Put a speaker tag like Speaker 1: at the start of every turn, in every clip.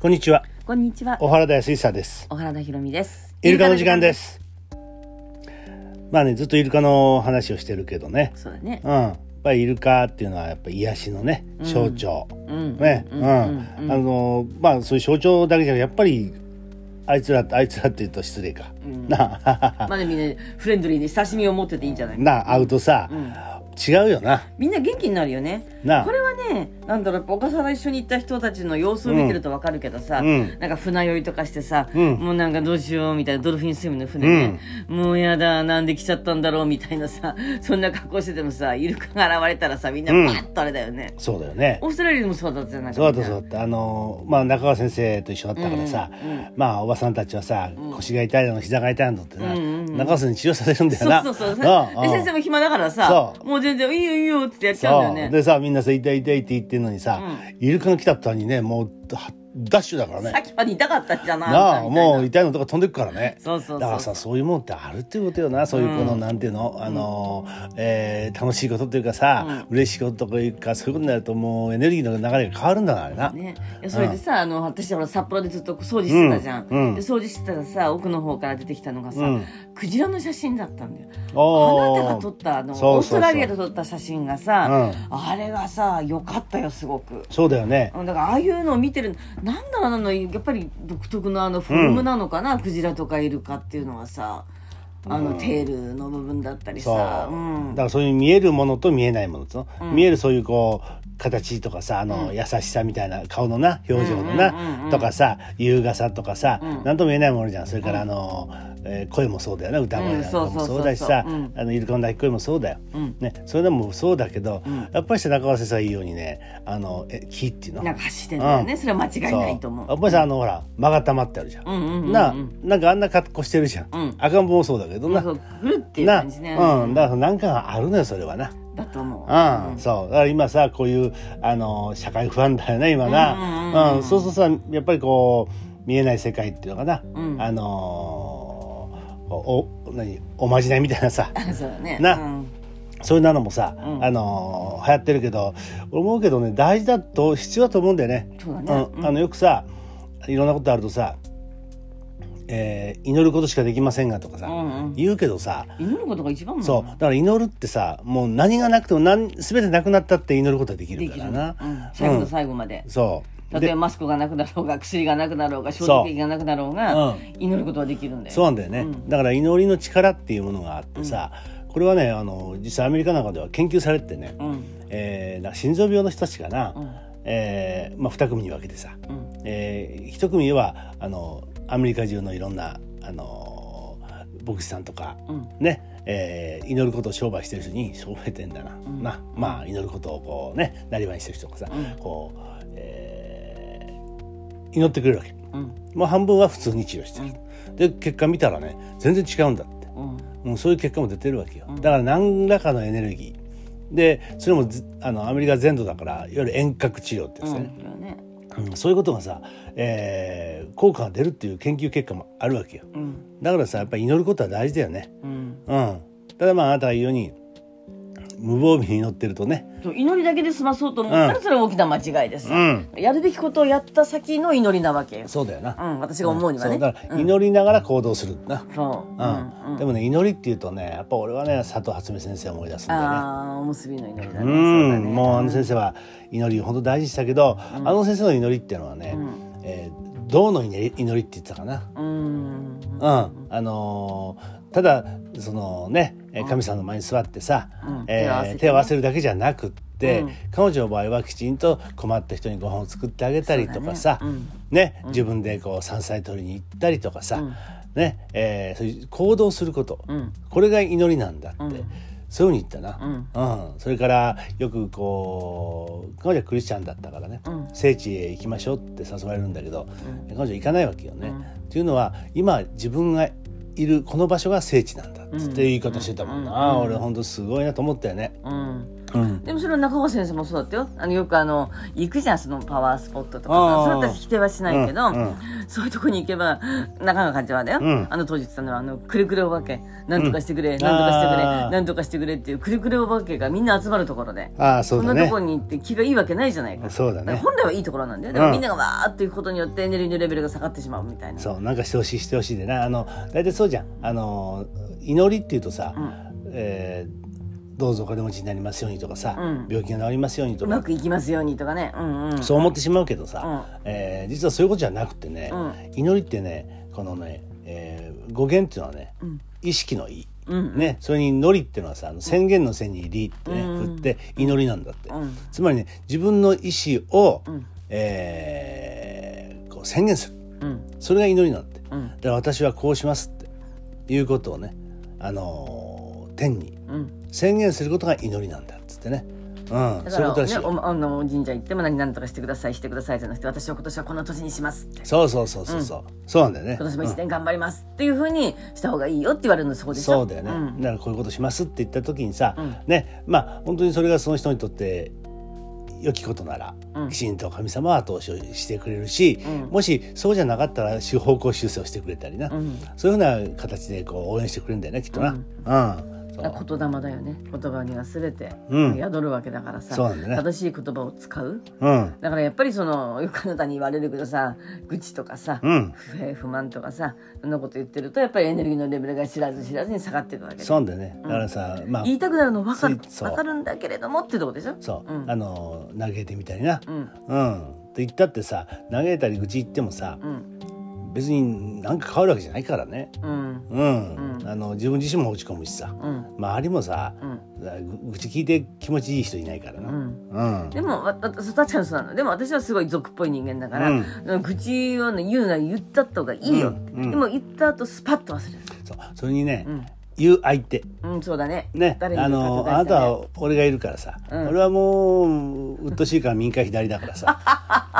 Speaker 1: こんにちは。
Speaker 2: こんにちは。
Speaker 1: 小原大水産です。
Speaker 2: 小原田裕美です。
Speaker 1: イルカの時間で。す。まあね、ずっとイルカの話をしてるけどね。
Speaker 2: そうだね
Speaker 1: う。ん。やっぱりイルカっていうのはやっぱ癒しのね、象徴。
Speaker 2: うん。
Speaker 1: ね、
Speaker 2: う
Speaker 1: うんん。
Speaker 2: うん
Speaker 1: あの、まあそういう象徴だけじゃなくやっぱり、あいつら、あいつらって言うと失礼か。なあ、
Speaker 2: まだみんなフレンドリーで親しみを持ってていいんじゃない。
Speaker 1: なあ、会うとさ、違うよな。
Speaker 2: みんな元気になるよね。
Speaker 1: なあ
Speaker 2: これはね、なんだろう、やっぱ小笠原一緒に行った人たちの様子を見てるとわかるけどさ、
Speaker 1: ん
Speaker 2: なんか船酔いとかしてさ、
Speaker 1: ん
Speaker 2: もうなんかどうしようみたいな、ドルフィンスイムの船ね、もうやだ、なんで来ちゃったんだろうみたいなさ、 そんな格好しててもさ、イルカが現れたらさ、みんな
Speaker 1: うん
Speaker 2: パッとあれだよね。
Speaker 1: そうだよね。
Speaker 2: オーストラリアでもそうだったじゃない
Speaker 1: そうだったそうだったあのまあ中川先生と一緒だったからさ、まあおばさんたちはさ、腰が痛いの膝が痛いのってな、中川先生に治療させるんだよな
Speaker 2: そうそうそう。
Speaker 1: うん
Speaker 2: で
Speaker 1: うん
Speaker 2: 先生も暇だからさ
Speaker 1: そ、う
Speaker 2: もう全然いいよいいよってやっちゃうんだ
Speaker 1: そ
Speaker 2: よ
Speaker 1: う
Speaker 2: ね。
Speaker 1: でさみんなさ痛い痛いって言ってるのにさ、イルカが来た途端にねもうはダッシュだから
Speaker 2: さっ
Speaker 1: ね
Speaker 2: きまで痛かったじゃない
Speaker 1: なあ
Speaker 2: みたいな
Speaker 1: もう痛いのとか飛んでくからね
Speaker 2: そうそうそう
Speaker 1: だからさそういうもんってあるっていうことよなそういうこの、なんていうのあの、えー楽しいことっていうかさ、嬉しいことというかそういうことになるともうエネルギーの流れが変わるんだなあれな、
Speaker 2: ね、いやそれでさ、あの私ほら札幌でずっと掃除してたじゃん、
Speaker 1: うんうん
Speaker 2: で掃除してたらさ奥の方から出てきたのがさ、
Speaker 1: うん
Speaker 2: クジラの写真だったんだよ
Speaker 1: おー
Speaker 2: あなたが撮ったあの
Speaker 1: そうそうそう
Speaker 2: オーストラリアで撮った写真がさ、あれがさ良かったよすごく
Speaker 1: そうだよね、
Speaker 2: うんだからああいうのを見てるなんだろうなあのやっぱり独特のあのフォルムなのかな、クジラとかイルカっていうのはさあのテールの部分だったりさ、
Speaker 1: そう、
Speaker 2: うん
Speaker 1: だからそういう見えるものと見えないものと、見えるそういうこう形とかさあの優しさみたいな顔のな表情のなとかさ優雅さとかさ何とも言えないものじゃんそれからあの、えー声もそうだよな歌声なんか
Speaker 2: うんそうそう
Speaker 1: も
Speaker 2: そう
Speaker 1: そうだしさ、
Speaker 2: うん
Speaker 1: あのイルカの鳴き声もそうだよ、
Speaker 2: ん
Speaker 1: ね、それでもそうだけど、やっぱりさ中川先生が言うようにねあのえ木っていうの
Speaker 2: なんか走ってんだよね、
Speaker 1: うん
Speaker 2: それは間違いないと思う
Speaker 1: やっぱりさあのほら曲がたまってあるじゃん,、
Speaker 2: うんうんうんうん
Speaker 1: ななんかあんな格好してるじゃん、
Speaker 2: うん
Speaker 1: 赤ん坊もそうだけどな、
Speaker 2: そうくるっていう
Speaker 1: な、
Speaker 2: 感じね、
Speaker 1: うん、だからなんかがあるのよそれはな。
Speaker 2: だと思う、
Speaker 1: うん、そうだから今さこういうあの社会不安だよね今な、うんそうするとさやっぱりこう見えない世界っていうのかな、
Speaker 2: うん
Speaker 1: あのーおお何おまじないみたいなさ
Speaker 2: そうだね
Speaker 1: な
Speaker 2: うん
Speaker 1: そういうのもさ、
Speaker 2: ん
Speaker 1: あのー流行ってるけど俺思うけどね大事だと必要だと思うんだよね。
Speaker 2: そうだね
Speaker 1: んあのよくさいろんなことあるとさ、えー祈ることしかできませんが」とかさ、
Speaker 2: うんうん
Speaker 1: 言うけどさ
Speaker 2: 祈ることが一番もん
Speaker 1: そうだから祈るってさもう何がなくても何全てなくなったって祈ることはでき
Speaker 2: で
Speaker 1: るか
Speaker 2: き
Speaker 1: ら
Speaker 2: る
Speaker 1: な
Speaker 2: な、うん、最後
Speaker 1: う
Speaker 2: の
Speaker 1: ん
Speaker 2: 最後まで、
Speaker 1: そう
Speaker 2: 例え
Speaker 1: で
Speaker 2: ばマスクがなくなろうが薬がなくなろうが消毒液がなくなろうが
Speaker 1: うん
Speaker 2: 祈ることはできるんだよ
Speaker 1: そうなんだよね、だから祈りの力っていうものがあってさ、これはねあの実際アメリカなんかでは研究されててね、
Speaker 2: うん
Speaker 1: えーなんか心臓病の人たちかな、
Speaker 2: うん
Speaker 1: えーまあ、2組に分けてさ、
Speaker 2: うん
Speaker 1: えー、1組はあのアメリカ中のいろんなあの牧師さんとか、
Speaker 2: うん
Speaker 1: ねえー祈ることを商売してる人に商売店だな、なまあ祈ることをこうねなりわいにしてる人とかさ、こう、えー祈ってくれるわけ
Speaker 2: うん
Speaker 1: もう半分は普通に治療してる、で結果見たらね全然違うんだって、
Speaker 2: うん
Speaker 1: うん、そういう結果も出てるわけよ、だから何らかのエネルギーでそれもずあのアメリカ全土だからいわゆる遠隔治療ってやつ
Speaker 2: そ
Speaker 1: だ
Speaker 2: う
Speaker 1: ね、
Speaker 2: だよね
Speaker 1: うん、そういうことがさ、えー効果が出るっていう研究結果もあるわけよ
Speaker 2: うん
Speaker 1: だからさやっぱり祈ることは大事だよね
Speaker 2: うん
Speaker 1: うんただまああなたが言うように無防備に祈ってるとね
Speaker 2: そう祈りだけで済まそうと思ったらそれは大きな間違いです、
Speaker 1: ん
Speaker 2: やるべきことをやった先の祈りなわけよ、
Speaker 1: そうだよな、
Speaker 2: うん、私が思うにはね、
Speaker 1: そうだから祈りながら行動するな、
Speaker 2: そう、
Speaker 1: うんでもね祈りっていうとねやっぱ俺はね佐藤初美先生を思い出すんだよね
Speaker 2: ああおむすびの祈
Speaker 1: う
Speaker 2: りだねそうだ
Speaker 1: ん
Speaker 2: ね
Speaker 1: もうあの先生は祈り本当大事でしたけど、あの先生の祈りっていうのはね、えー道の祈り祈りって言ってたかな、
Speaker 2: うん
Speaker 1: うんあのーただそのねえー神様の前に座ってさ、
Speaker 2: うん
Speaker 1: え
Speaker 2: 手を合
Speaker 1: ー
Speaker 2: わせてね
Speaker 1: 手を合わせるだけじゃなくって、
Speaker 2: うん
Speaker 1: 彼女の場合はきちんと困った人にご飯を作ってあげたりとかさ
Speaker 2: そうだね
Speaker 1: ね自分でこう山菜取りに行ったりとかさ、ねえーそういう行動すること、
Speaker 2: うん
Speaker 1: これが祈りなんだって、
Speaker 2: うん
Speaker 1: そういうふうに言ったな、うんそれからよくこう彼女はクリスチャンだったからね、
Speaker 2: うん
Speaker 1: 聖地へ行きましょうって誘われるんだけど、彼女行かないわけよね。っていうのは今自分がいるこの場所が聖地なんだっつって言い方してたもんな、俺ほんとすごいなと思ったよね。
Speaker 2: うん
Speaker 1: うん
Speaker 2: でもそれは中川先生もそうだったよあのよくあの行くじゃんそのパワースポットと
Speaker 1: あー
Speaker 2: かさそれは私否定はしないけど、
Speaker 1: うんうん
Speaker 2: そういうとこに行けば中川館長はだよ、
Speaker 1: うん
Speaker 2: あの当時言ってたのはあのくるくるお化けなんとかしてくれ、
Speaker 1: ん
Speaker 2: なんとかしてくれ
Speaker 1: あー
Speaker 2: なんとかしてくれっていうくるくるお化けがみんな集まるところで。
Speaker 1: ああそ
Speaker 2: そ
Speaker 1: うんだ
Speaker 2: なと
Speaker 1: ね
Speaker 2: ころに行って気がいいわけないじゃないか。
Speaker 1: そうだね
Speaker 2: から本来はいいところなんだよ。で
Speaker 1: う
Speaker 2: も
Speaker 1: ん
Speaker 2: みんながわーっていうことによってエネルギーのレベルが下がってしまうみたいな。
Speaker 1: そうなんかしてほしいしてほしいでなあの大体そうじゃんあの祈りっていうとさ、えーどうぞお金持ちになりますようにとかさ、
Speaker 2: うん
Speaker 1: 病気が治りますようにと
Speaker 2: う
Speaker 1: か
Speaker 2: まくいきますようにとかね。うんうん。
Speaker 1: そう思ってしまうけどさ、えー実はそういうことじゃなくてね、祈りってねこのね、えー語源っていうのはね、意識の意、
Speaker 2: うん
Speaker 1: ね、それに「祈り」っていうのはさあの宣言の線に「り」ってね、
Speaker 2: うん
Speaker 1: 振って祈りなんだって、
Speaker 2: うん
Speaker 1: つまりね自分の意思を、
Speaker 2: ん
Speaker 1: えーこう宣言する
Speaker 2: うん
Speaker 1: それが祈りなんだって、
Speaker 2: うん
Speaker 1: だから私はこうしますっていうことをね、あのー天に
Speaker 2: うん。
Speaker 1: 宣言することが祈りなんだっつってね、うん、
Speaker 2: だ
Speaker 1: そういうこ
Speaker 2: か
Speaker 1: と
Speaker 2: ら
Speaker 1: らしい
Speaker 2: ね、
Speaker 1: よ
Speaker 2: おあの神社行っても何々とかしてくださいしてくださいじゃなくて私は今年はこの年にしますって。
Speaker 1: そうそうそうそうそう、そうなんだよね
Speaker 2: 今年も一年頑張りますっていうふうにした方がいいよって言われるのそこでしょ
Speaker 1: そうだよね、
Speaker 2: ん
Speaker 1: だからこういうことしますって言った時にさ、
Speaker 2: うん
Speaker 1: ねまあ本当にそれがその人にとって良きことなら、
Speaker 2: うん
Speaker 1: きちんと神様は後押しをしてくれるし、
Speaker 2: うん
Speaker 1: もしそうじゃなかったらし方向修正をしてくれたりな、
Speaker 2: うん
Speaker 1: そういうふうな形でこう応援してくれるんだよねきっとな。うん、そう
Speaker 2: 言霊だよね言葉には全て
Speaker 1: うん
Speaker 2: 宿るわけだからさ、
Speaker 1: そうなんだね
Speaker 2: 正しい言葉を使う
Speaker 1: うん
Speaker 2: だからやっぱりそのよくあなたに言われるけどさ愚痴とかさ、
Speaker 1: うん
Speaker 2: 不平不満とかさそんなこと言ってるとやっぱりエネルギーのレベルが知らず知らずに下がっていくわけで
Speaker 1: そうなんだよねだからさ、まあ
Speaker 2: 言いたくなるの分かる
Speaker 1: ついそう
Speaker 2: 分かるんだけれどもってとこでしょ
Speaker 1: そう、
Speaker 2: うん
Speaker 1: あの投げてみたりな、
Speaker 2: うん
Speaker 1: うんって言ったってさ投げたり愚痴言ってもさ
Speaker 2: うん
Speaker 1: 別になんか変わるわけじゃないからね、
Speaker 2: うん
Speaker 1: うん
Speaker 2: うん
Speaker 1: あの自分自身も落ち込むしさ、
Speaker 2: うん
Speaker 1: 周りもさ、
Speaker 2: う
Speaker 1: ぐ愚痴聞いて気持ちいい人いないからな、
Speaker 2: う
Speaker 1: うん
Speaker 2: んでもわわ確かにそうなのでも私はすごい俗っぽい人間だから、愚痴を、ね、言うなら言った方がいいよって、
Speaker 1: うんうん
Speaker 2: でも言った後スパッと忘れる
Speaker 1: そうそれにね、
Speaker 2: うん
Speaker 1: 言う相手
Speaker 2: うん、そうだね。
Speaker 1: ね
Speaker 2: 誰に
Speaker 1: あ
Speaker 2: 言うか
Speaker 1: の
Speaker 2: とか
Speaker 1: あな
Speaker 2: した
Speaker 1: た
Speaker 2: ね
Speaker 1: は俺がいるからさ、
Speaker 2: うん
Speaker 1: 俺はもう鬱陶しいから民間左だから さ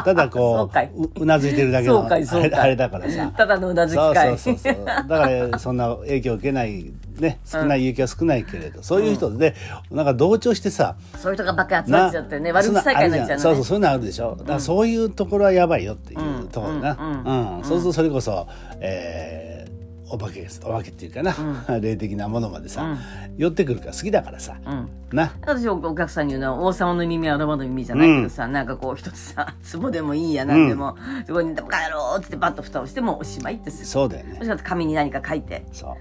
Speaker 1: ただ
Speaker 2: そ
Speaker 1: こ
Speaker 2: うかいう
Speaker 1: ううなずいてるだけ
Speaker 2: そう
Speaker 1: のあ
Speaker 2: かい
Speaker 1: れ
Speaker 2: そうかい
Speaker 1: あれだからさ
Speaker 2: ただのうなずき会。
Speaker 1: そうそうそうそうだからそんな影響を受けないね少ない影響は少ないけれど、そういう人でなんか同調してさ、
Speaker 2: そういう人がばっかり集まっちゃってね、悪
Speaker 1: そん
Speaker 2: 口大会になっちゃうのね。
Speaker 1: そうそうそういうのあるでしょだからそういうところはやばいよっていうところな、
Speaker 2: うん
Speaker 1: うんそうするとそれこそ、えーお化けですお化けっていうかな、霊的なものまでさ、寄ってくるから好きだからさ、
Speaker 2: うん
Speaker 1: な
Speaker 2: 私お客さんに言うのは王様の耳はロバの耳じゃないけどさ、なんかこう一つさ ツボでもいいやなんでも、そこに「バカ野郎!」っつってバッと蓋をしてもうおしまいってする
Speaker 1: そうだよ
Speaker 2: も
Speaker 1: ね
Speaker 2: しかしたら紙に何か書いて
Speaker 1: そう
Speaker 2: わ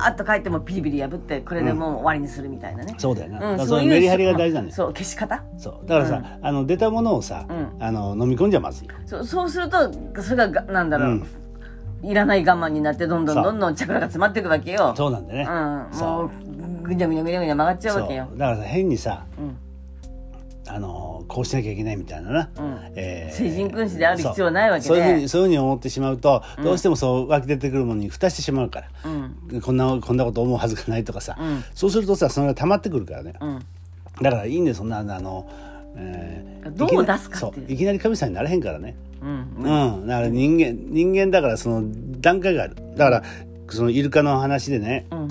Speaker 2: ーっと書いてもピリピリ破ってこれでもう終わりにするみたいなね、
Speaker 1: そうだよな、
Speaker 2: ん
Speaker 1: だからそのメリハリが大事なんだよ
Speaker 2: そう消し方
Speaker 1: そうだからさ、あの出たものをさ、
Speaker 2: ん
Speaker 1: あの飲み込んじゃまずいよ
Speaker 2: そうそうするとそれががなんだろう、いらない我慢になってどんどんどんどんチャクラが詰まっていくわけよ
Speaker 1: そうなんだね、
Speaker 2: うん、
Speaker 1: そう
Speaker 2: もうぐにゃぐにゃぐにゃぐにゃ曲がっちゃうわけよ
Speaker 1: そうだからさ変にさ、
Speaker 2: ん
Speaker 1: あのこうしなきゃいけないみたいなな、えー
Speaker 2: 聖人君子である必要はないわけで
Speaker 1: そうそういうふうにそういうふうに思ってしまうと、どうしてもそう湧き出てくるものに蓋してしまうから、こんなこんなこと思うはずがないとかさ、そうするとさそれが溜まってくるからね、
Speaker 2: ん
Speaker 1: だからいいんだよそんなあの、えー
Speaker 2: どう
Speaker 1: いきなり
Speaker 2: 出すかっていう
Speaker 1: そういきなり神様になれへんからね
Speaker 2: うん
Speaker 1: うん、だから人間人間だからその段階があるだからそのイルカの話でね、
Speaker 2: うん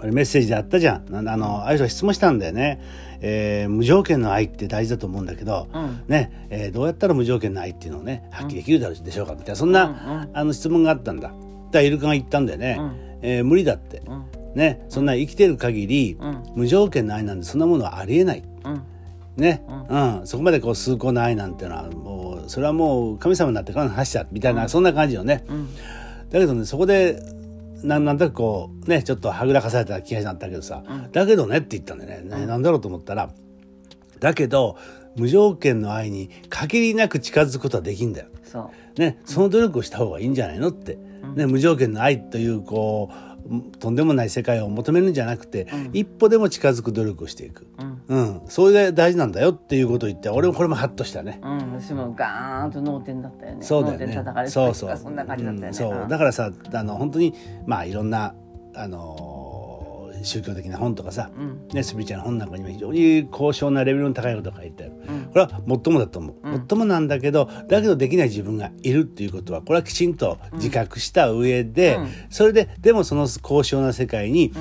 Speaker 1: あれメッセージであったじゃんなあのああいう人が質問したんだよね、えー無条件の愛って大事だと思うんだけど、
Speaker 2: うん
Speaker 1: ねえーどうやったら無条件の愛っていうのをね発揮できるだろうでしょうかみたいなそんな、あの質問があったんだだからイルカが言ったんだよね、えー無理だって、
Speaker 2: ん
Speaker 1: ね、そんな生きてる限り、
Speaker 2: ん
Speaker 1: 無条件の愛なんてそんなものはありえない。
Speaker 2: うん
Speaker 1: ね、うん、そこまでこう崇高な愛なんてのはもうそれはもう神様になってからの話だみたいな、そんな感じよね、だけどねそこでなんなんとなくこうねちょっとはぐらかされた気がしたんだけどさ、だけどねって言ったんだよねねなんだろうと思ったらだけど無条件の愛に限りなく近づくことはできんだよ。
Speaker 2: そう
Speaker 1: ね、その努力をした方がいいんじゃないのって、ね、無条件の愛というこうとんでもない世界を求めるんじゃなくて、一歩でも近づく努力をしていく、うんそれが大事なんだよっていうことを言って俺もこれもハッとしたね。
Speaker 2: うん私もガーンと脳天だったよね
Speaker 1: そうだよ
Speaker 2: 脳天
Speaker 1: ね
Speaker 2: 叩か。れてた
Speaker 1: そ
Speaker 2: り
Speaker 1: う
Speaker 2: と
Speaker 1: そう。
Speaker 2: かそんな感じだったよね、
Speaker 1: うんそう。だからさ、あの本当にまあいろんなあのー宗教的な本とかさ、ねスピリチュアルな本なんかにも非常に高尚なレベルの高いことが書いてある。これは最もだと思う。最もなんだけど、だけどできない自分がいるっていうことは、これはきちんと自覚した上で、それででもその高尚な世界に。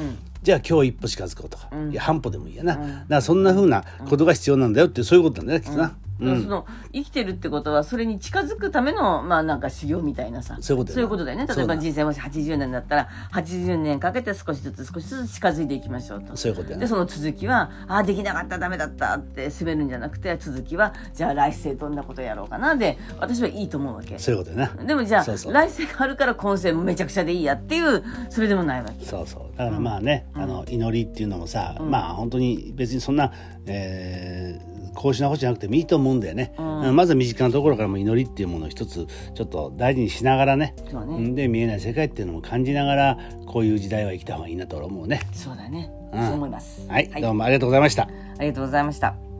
Speaker 1: じゃあ今日一歩近づこうとか、
Speaker 2: うん
Speaker 1: いや半歩でもいいやな,、
Speaker 2: うん
Speaker 1: なそんなふうなことが必要なんだよってそういうことなんだよきっとな、うん
Speaker 2: その生きてるってことはそれに近づくためのまあなんか修行みたいなさ
Speaker 1: そういうことだよ
Speaker 2: だよね例
Speaker 1: そ
Speaker 2: え
Speaker 1: うだ
Speaker 2: ば人生もし80年だったら80年かけて少しずつ少しずつ近づいていきましょうと
Speaker 1: そういうことだよ
Speaker 2: で
Speaker 1: ね
Speaker 2: その続きはああできなかったダメだったって責めるんじゃなくて続きはじゃあ来世どんなことやろうかなで私はいいと思うわけ
Speaker 1: そういうことだな
Speaker 2: でもじゃあ
Speaker 1: そうそう
Speaker 2: 来世があるから今世めちゃくちゃでいいやっていうそれでもないわけ
Speaker 1: そうそうだからまあね、あの祈りっていうのもさ、まあ本当に別にそんな、えー、こうしなこうしなくてもいいと思うんだよね、うんまず身近なところからも祈りっていうものを一つちょっと大事にしながらね
Speaker 2: そうね
Speaker 1: うんで見えない世界っていうのも感じながらこういう時代は生きた方がいいなと俺は思うね
Speaker 2: そうだね、
Speaker 1: うん
Speaker 2: そう思います
Speaker 1: はい、
Speaker 2: はい、
Speaker 1: どうもありがとうございました
Speaker 2: ありがとうございました